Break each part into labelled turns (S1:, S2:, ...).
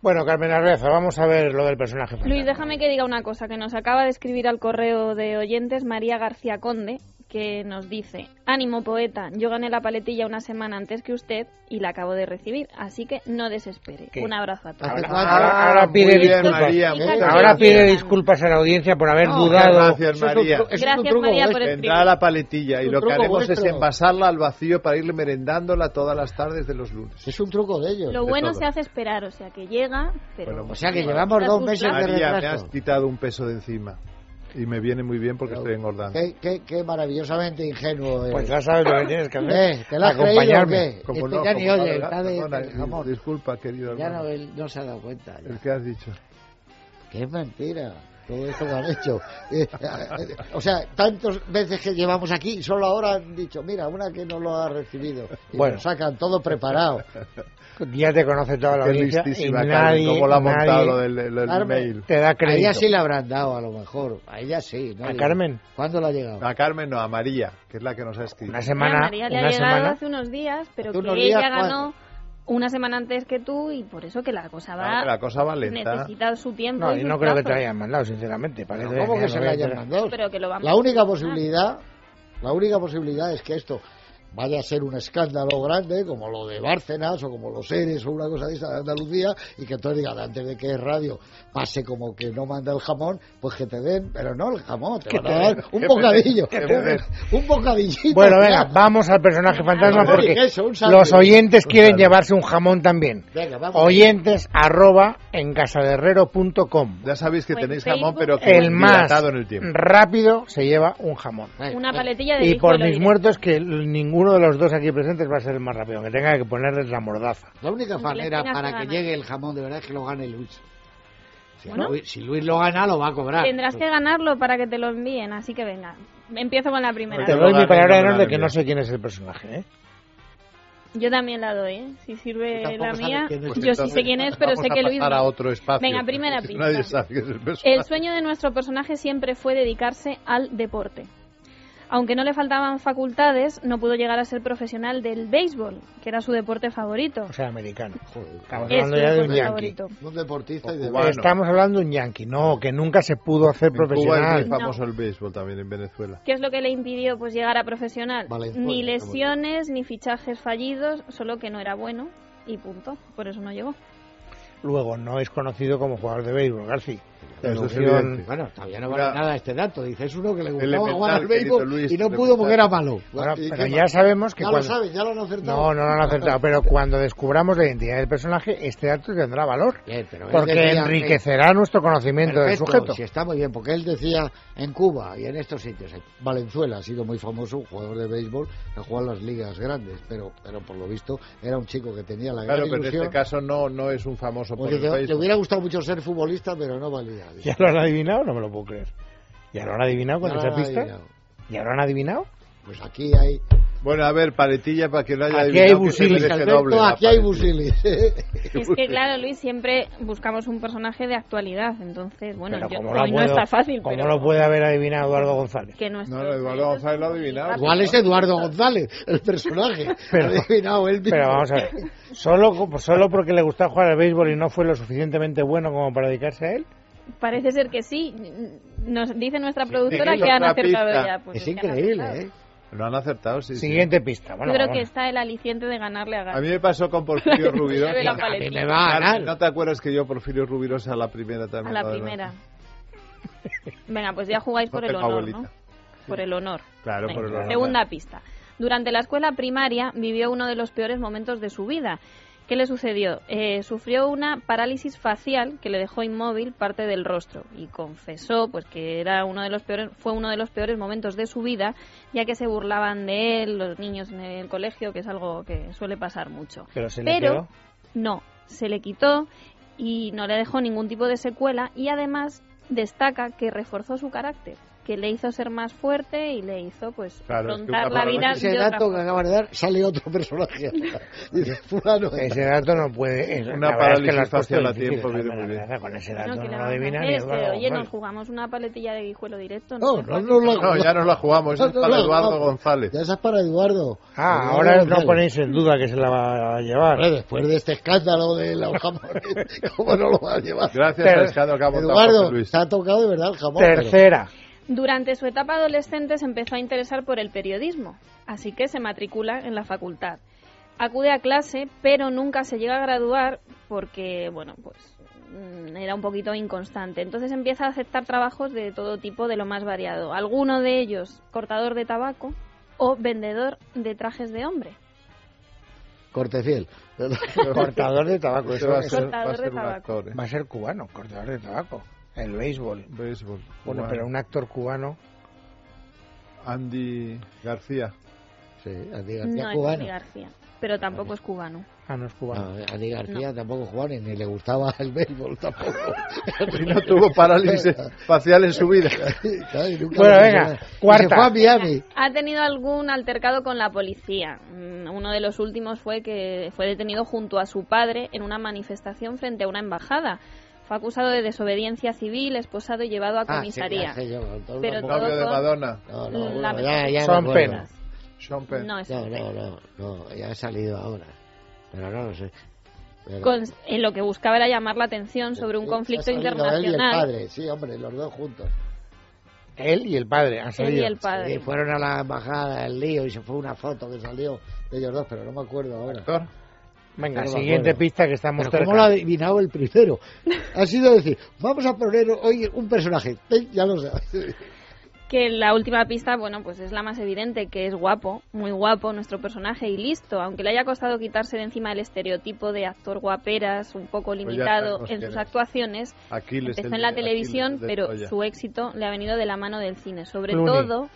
S1: Bueno, Carmen Arreza, vamos a ver lo del personaje.
S2: Luis, déjame que diga una cosa que nos acaba de escribir al correo de oyentes María García Conde, que nos dice, ánimo poeta, yo gané la paletilla una semana antes que usted y la acabo de recibir, así que no desespere.
S1: ¿Qué?
S2: Un abrazo a todos.
S1: Ahora,
S3: cuatro.
S1: ahora- ahora
S3: Ah,
S1: pide
S3: muy bien,
S1: disculpas.
S3: María,
S2: muchas
S1: ahora
S2: gracias.
S1: pide disculpas a la audiencia por
S4: Oh,
S1: haber
S3: No,
S1: dudado.
S3: gracias, María.
S2: es Gracias, María, por escribir.
S3: Vendrá la paletilla y
S4: Un
S3: lo que
S4: truco
S3: haremos
S4: vuestro.
S3: es envasarla al vacío para irle merendándola todas las tardes de los lunes.
S4: Es un truco de ellos.
S2: Lo
S3: de
S2: bueno
S3: todo.
S2: se hace esperar, o sea que llega, pero...
S3: Bueno,
S4: O sea que
S2: Bueno,
S4: llevamos
S2: te
S4: dos
S2: asustas.
S4: meses de
S3: María, me has
S4: retraso.
S3: quitado un peso de encima y me viene muy bien porque estoy engordando.
S4: Qué, qué- qué maravillosamente ingenuo eres.
S1: Pues ya sabes lo que tienes que hacer.
S4: Eh, ¿Te lo has creído o
S1: acompañarme.
S4: qué?
S3: Como
S4: Este
S3: no,
S4: ya
S3: como
S4: ni
S3: no,
S4: oye,
S3: ¿verdad?
S4: está de,
S3: Perdona,
S4: del jamón.
S3: Disculpa, querido
S4: Ya no,
S3: hermano.
S4: él no se ha dado cuenta. ya.
S3: El que has dicho.
S4: Que es mentira. Todo esto que han hecho. Eh, o sea, tantas veces que llevamos aquí, solo ahora han dicho, mira, una que no lo ha recibido. Y
S1: Bueno.
S4: lo sacan todo preparado.
S1: Ya te conoce toda la
S3: Qué
S1: audiencia y
S3: listísima, Carmen,
S1: nadie,
S3: cómo la ha montado
S1: nadie
S3: lo del, lo del
S4: Carmen.
S3: mail.
S1: te da
S4: A ella
S1: crédito.
S4: sí le habrán dado, a lo mejor. A ella sí. ¿no?
S1: ¿A Carmen?
S4: ¿Cuándo la ha llegado?
S3: A Carmen no, a María, que es la que nos ha escrito.
S1: Una
S2: Mira,
S1: semana,
S2: María le ha
S1: una
S2: llegado
S1: semana.
S2: hace unos días, pero
S4: Hace
S2: que
S4: unos días,
S2: ella ganó
S4: ¿cuándo?
S2: una semana antes que tú y por eso que la cosa va...
S3: Ah, La cosa va lenta.
S2: necesita su tiempo
S1: No,
S2: y
S1: y
S2: sus
S1: no creo que te
S2: plazos.
S1: la hayan mandado, sinceramente. Parece
S4: Pero ¿Cómo
S1: ya
S4: que se
S1: no voy
S4: la
S1: a
S4: hayan
S1: entrar.
S4: mandado?
S2: Pero que lo vamos
S4: La
S2: a
S4: única
S2: solucionar.
S4: posibilidad, la única posibilidad es que esto vaya a ser un escándalo grande, como lo de Bárcenas o como los Eres o una cosa de esa de Andalucía, y que entonces digan, antes de que radio pase como que no manda el jamón, pues que te den, pero no el jamón, te van a dar un bocadillo,
S3: que te den.
S4: un, un bocadillito.
S1: Bueno,
S4: ya.
S1: venga, vamos al personaje fantasma
S4: Vale,
S1: porque
S4: eso, un sándwich.
S1: los oyentes
S3: Un
S1: quieren
S3: sándwich.
S1: llevarse un jamón también.
S4: Venga, vamos.
S1: Oyentes arroba en casaderrero.com.
S3: Ya sabéis que
S2: Pues
S3: tenéis
S2: Facebook,
S3: jamón, pero que
S1: El más
S3: dilatado en el tiempo.
S1: rápido se lleva un jamón.
S4: Venga,
S2: Una
S4: venga.
S2: paletilla de
S1: Y
S2: disco
S1: por
S2: lo
S1: mis
S2: diré.
S1: muertos que ninguno de los dos aquí presentes va a ser el más rápido, que tenga que ponerles la mordaza.
S4: La única
S2: Aunque le
S4: manera
S2: tengas que
S4: para que
S2: ganar.
S4: llegue el jamón de verdad es que lo gane Luis. Si,
S2: Bueno.
S4: Luis. si Luis lo gana, lo va a cobrar.
S2: Tendrás que ganarlo para que te lo envíen, así que venga. Empiezo con la primera.
S1: Te
S3: no
S1: doy
S3: lo
S1: mi
S3: ganen,
S1: palabra de
S3: no lo
S1: honor de que
S3: ganen.
S1: no sé quién es el personaje. ¿eh?
S2: Yo también la doy, ¿eh? Si sirve
S4: Tampoco
S2: la
S4: sabes
S2: mía.
S4: quién es.
S3: Pues
S2: Yo sí
S3: entonces,
S2: sé quién es, pero
S3: vamos
S2: sé
S3: a
S2: que Luis.
S3: pasar a
S2: no.
S3: otro espacio.
S2: Venga, primera
S3: Nadie
S2: pista.
S3: sabe quién es el personaje.
S2: El sueño de nuestro personaje siempre fue dedicarse al deporte. Aunque no le faltaban facultades, no pudo llegar a ser profesional del béisbol, que era su deporte favorito.
S1: O sea, americano.
S4: Joder,
S1: Estamos
S2: Es
S1: Pues,
S2: su
S1: hablando ya de un
S2: deporte
S1: yankee.
S2: favorito.
S4: un deportista y
S3: O
S4: de
S3: cubano.
S1: Estamos hablando de un yankee. No, que nunca se pudo hacer
S3: En Cuba es
S1: profesional.
S3: muy famoso el béisbol también en Venezuela.
S2: ¿Qué es lo que le impidió pues llegar a profesional?
S4: Valenzuela,
S2: ni
S4: como
S2: lesiones, ni fichajes fallidos, solo que no era bueno y punto. Por eso no llegó.
S1: Luego, no es conocido como jugador de béisbol, García. De
S3: Eso es
S1: elección-
S3: evidente.
S4: Bueno, todavía no vale
S3: Mira.
S4: nada este dato. Dice, es uno que le gustaba
S3: Elemental,
S4: jugar al béisbol
S3: querido Luis,
S4: y no
S3: elemental.
S4: pudo porque era malo.
S1: Bueno,
S4: ¿Y
S1: pero
S4: qué
S1: ya
S4: más?
S1: sabemos que
S4: Ya lo
S1: cuando...
S4: sabes, ya lo han acertado.
S1: No, no lo han acertado, pero cuando descubramos la identidad del personaje, este dato tendrá valor.
S4: Bien, pero él
S1: Porque
S4: decía que-
S1: enriquecerá nuestro conocimiento del
S4: Perfecto,
S1: sujeto.
S4: Si está muy bien, porque él decía en Cuba y en estos sitios. en Valenzuela ha sido muy famoso, un jugador de béisbol que jugó en las ligas grandes, pero, pero por lo visto era un chico que tenía la
S3: Claro,
S4: gran
S3: pero en
S4: ilusión.
S3: este caso no, no es un famoso por
S4: porque
S3: el
S4: le, le
S3: béisbol.
S4: hubiera gustado mucho ser futbolista, pero no valía.
S1: ¿Ya lo han adivinado? No me lo puedo creer. ¿Ya lo han adivinado con
S4: Ya lo
S1: esa
S4: han
S1: pista?
S4: adivinado.
S1: ¿Ya lo han adivinado?
S4: Pues aquí hay...
S3: Bueno, a ver, paletilla para que no haya
S1: Aquí
S3: adivinado
S1: hay
S3: que se
S1: busilis,
S3: merece
S4: Alberto,
S3: doble la
S4: aquí hay
S3: paletilla.
S4: busilis.
S2: Es que claro, Luis, siempre buscamos un personaje de actualidad, entonces, bueno,
S1: Pero
S2: yo-
S1: ¿cómo lo
S2: hoy no
S1: puedo-
S2: está fácil,
S1: ¿Cómo
S2: pero
S1: lo puede haber adivinado Eduardo González?
S2: que nuestro-
S3: No, no, Eduardo González lo ha adivinado.
S4: Igual es Eduardo González, el personaje.
S1: Pero-
S4: Adivinado, él mismo.
S1: Pero vamos a ver, solo, co- solo porque le gustaba jugar al béisbol y no fue lo suficientemente bueno como para dedicarse a él.
S2: Parece ser que sí. Nos dice nuestra productora
S3: tenéis
S2: que han
S3: otra
S2: acertado
S3: pista.
S2: ya. Pues
S4: Es
S2: que han
S4: increíble,
S2: acertado.
S4: ¿eh?
S3: Lo han acertado, sí. sí.
S1: Siguiente pista.
S2: Yo
S1: Bueno,
S2: creo
S1: vamos.
S2: que está el aliciente de ganarle a
S3: A
S2: Gaby.
S3: mí me pasó con Porfirio Rubirós.
S2: Lleve la
S4: A mí me
S2: paletilla.
S4: va a
S3: Carmen,
S4: ganar.
S3: ¿No te acuerdas que yo Porfirio Rubirós a la primera
S2: A
S3: también?
S2: la
S3: lo adelanté?
S2: primera. Venga, pues ya jugáis por
S3: No
S2: el
S3: tengo
S2: honor,
S3: abuelita.
S2: ¿no? Por el honor.
S3: Claro,
S2: Venga,
S3: por el honor.
S2: Segunda pista. Durante la escuela primaria vivió uno de los peores momentos de su vida. ¿Qué le sucedió? Eh, sufrió una parálisis facial que le dejó inmóvil parte del rostro y confesó pues que era uno de los peores fue uno de los peores momentos de su vida ya que se burlaban de él los niños en el colegio que es algo que suele pasar mucho.
S1: Pero se le quedó.
S2: no, se le quitó y no le dejó ningún tipo de secuela y además destaca que reforzó su carácter. que le hizo ser más fuerte y le hizo pues
S3: Claro, es que
S2: afrontar
S3: una
S2: la vida
S4: Ese
S2: de otra
S4: dato que
S2: forma.
S4: acabas de dar, sale otro personaje. Dice, fulano. es".
S1: Ese dato no puede. es-
S3: Una
S1: la verdad
S3: parálisis
S1: es que lo has puesto
S3: facial a
S1: difícil,
S3: tiempo viene
S1: la
S3: muy bien.
S1: verdad, Con ese dato
S2: Bueno,
S1: no,
S2: que la
S1: lo
S2: vamos a
S1: adivina
S2: hacer,
S1: ni
S2: es que,
S1: Eduardo
S2: oye, nos
S1: González.
S2: jugamos una paletilla de guijuelo directo.
S4: No,
S2: sé
S4: no,
S2: cuál.
S4: no la
S3: No, ya nos la jugamos, esa es
S4: No, no,
S3: para
S4: no,
S3: Eduardo
S4: no.
S3: González.
S4: Ya esa es para Eduardo.
S1: Ah,
S4: Eduardo
S1: ahora no
S4: González.
S1: ponéis en duda que se la va a
S4: Hombre,
S1: llevar.
S4: después de este escándalo de los jamones, ¿cómo no lo va a llevar?
S3: Gracias
S1: Ter-
S3: al escándalo que ha montado José
S4: Eduardo,
S3: Luis.
S4: te ha tocado de verdad el jamón. pero-
S1: Tercera.
S2: Durante su etapa adolescente se empezó a interesar por el periodismo, así que se matricula en la facultad. Acude a clase, pero nunca se llega a graduar porque, bueno, pues mm, era un poquito inconstante. Entonces empieza a aceptar trabajos de todo tipo, de lo más variado. Alguno de ellos, cortador de tabaco o vendedor de trajes de hombre.
S4: Cortefiel.
S1: Cortador de tabaco.
S3: Ese
S1: eso
S3: va a
S1: es-
S3: ser,
S2: Cortador
S3: va a
S2: de
S3: ser un
S2: tabaco.
S3: actor, ¿eh?
S1: va a ser cubano, cortador de tabaco. El béisbol.
S3: Béisbol.
S1: Bueno,
S3: cubano.
S1: pero un actor cubano.
S3: Andy García.
S4: Sí, Andy García
S2: No es
S4: cubano.
S2: Andy García, pero tampoco es cubano.
S1: Ah, no es cubano.
S4: No, Andy García tampoco jugaba ni, ni le gustaba el béisbol tampoco.
S3: Y no tuvo parálisis facial en su vida.
S4: Claro, y nunca
S1: Bueno,
S4: lo
S1: venga,
S4: hizo. Y
S1: cuarta.
S4: Se fue a Miami.
S2: Ha tenido algún altercado con la policía. Mm, Uno de los últimos fue que fue detenido junto a su padre en una manifestación frente a una embajada. Fue acusado de desobediencia civil, esposado y llevado a
S4: Ah,
S2: comisaría.
S4: sí, ya sé yo, todo
S2: Pero
S4: una-
S2: todo-
S3: Novio de Madonna.
S4: No, no,
S2: La
S4: bueno,
S2: mejor.
S4: ya, ya me
S1: Son
S4: acuerdo.
S1: penas.
S3: Sean Penn.
S2: No es
S4: No,
S2: un
S4: no,
S2: delito.
S4: no, no, ya ha salido ahora. Pero no lo sé. Pero-
S2: Con- en lo que buscaba era llamar la atención sobre un
S4: Sí,
S2: conflicto
S4: ha salido él y el
S2: internacional.
S4: padre, sí, hombre, los dos juntos.
S1: Él y el padre han
S2: Él y
S1: salido.
S2: el padre.
S4: Sí, fueron a la embajada, el lío, y se fue una foto que salió de ellos dos, pero no me acuerdo ahora.
S3: Actor.
S1: Venga,
S4: Pero
S1: siguiente
S4: bueno.
S1: pista que estamos
S4: Pero
S1: cerca.
S4: ¿Cómo lo ha adivinado el primero? Ha sido decir, vamos a poner hoy un personaje. Ven, Ya lo sabes.
S2: Que la última pista, bueno, pues es la más evidente, que es guapo, muy guapo nuestro personaje y listo. Aunque le haya costado quitarse de encima el estereotipo de actor guaperas, un poco
S3: Pues ya
S2: limitado
S3: sabemos
S2: en
S3: quién
S2: sus
S3: es.
S2: actuaciones,
S3: Aquiles.
S2: Empezó
S3: el-
S2: en la
S3: Aquiles
S2: televisión,
S3: de
S2: pero
S3: Troya.
S2: su éxito le ha venido de la mano del cine, sobre
S1: Clooney.
S2: todo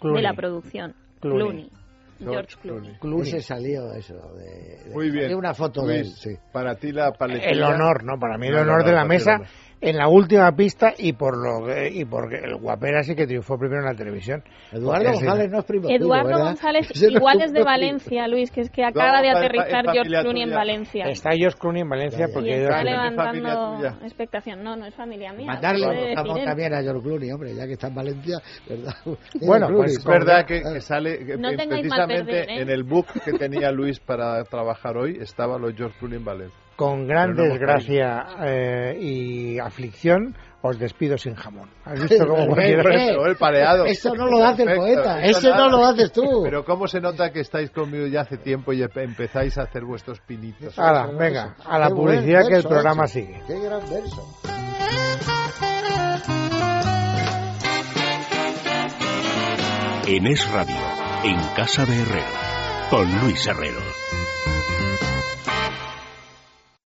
S1: Clooney.
S2: de la producción.
S1: Clooney.
S2: Clooney. George Clooney.
S1: Clooney.
S4: Ese salió eso. De, de-
S3: Muy bien.
S4: salió una foto de él,
S3: Luis,
S4: sí.
S3: Para ti la paletilla.
S1: El honor, ¿no? Para mí el
S3: No, no,
S1: honor
S3: no,
S1: de la
S3: no,
S1: mesa
S3: no, no.
S1: en la última pista y por lo que- y porque el guapera sí que triunfó primero en la televisión.
S4: Eduardo
S1: Porque
S4: González
S1: ese-
S4: no es primo tuyo,
S2: Eduardo
S4: ¿verdad?
S2: González,
S4: Ese no
S2: igual
S4: es
S2: es de
S4: primo tuyo.
S2: Valencia, Luis, que es que acaba de
S3: es fa-
S2: aterrizar
S3: es
S2: George
S3: familia
S2: Clooney en
S3: tuya.
S2: Valencia.
S1: Está George Clooney en Valencia
S4: Ya, ya.
S2: y
S1: porque
S2: está
S3: Eduardo- Es
S2: levantando
S3: familia tuya.
S2: expectación. No, no es familia mía.
S4: Mandarle
S2: puede
S4: un
S2: decir
S4: jamón
S2: él.
S4: también a George Clooney, hombre, ya que está en Valencia, ¿verdad?
S1: Bueno,
S4: George Clooney.
S1: pues,
S3: Es verdad que, que sale que
S2: No
S3: pre-
S2: tengáis mal
S3: precisamente
S2: perder, ¿eh?
S3: en el book que tenía Luis para trabajar hoy estaba los George Clooney en Valencia.
S1: con gran
S3: Pero no hemos
S1: desgracia eh, y aflicción os despido sin jamón. ¿Has visto cómo cualquiera-
S4: Perfecto.
S3: Perfecto, el pareado.
S4: Eso no lo hace el
S3: Perfecto,
S4: poeta,
S3: eso
S4: ese no
S3: nada.
S4: lo haces tú.
S3: Pero cómo se nota que estáis conmigo ya hace tiempo y empezáis a hacer vuestros pinitos.
S4: Ah,
S1: Hala, venga, a la publicidad que el
S4: eh.
S1: programa sigue.
S4: Qué gran verso.
S5: En Es Radio, en Casa de Herrero, con Luis Herrero.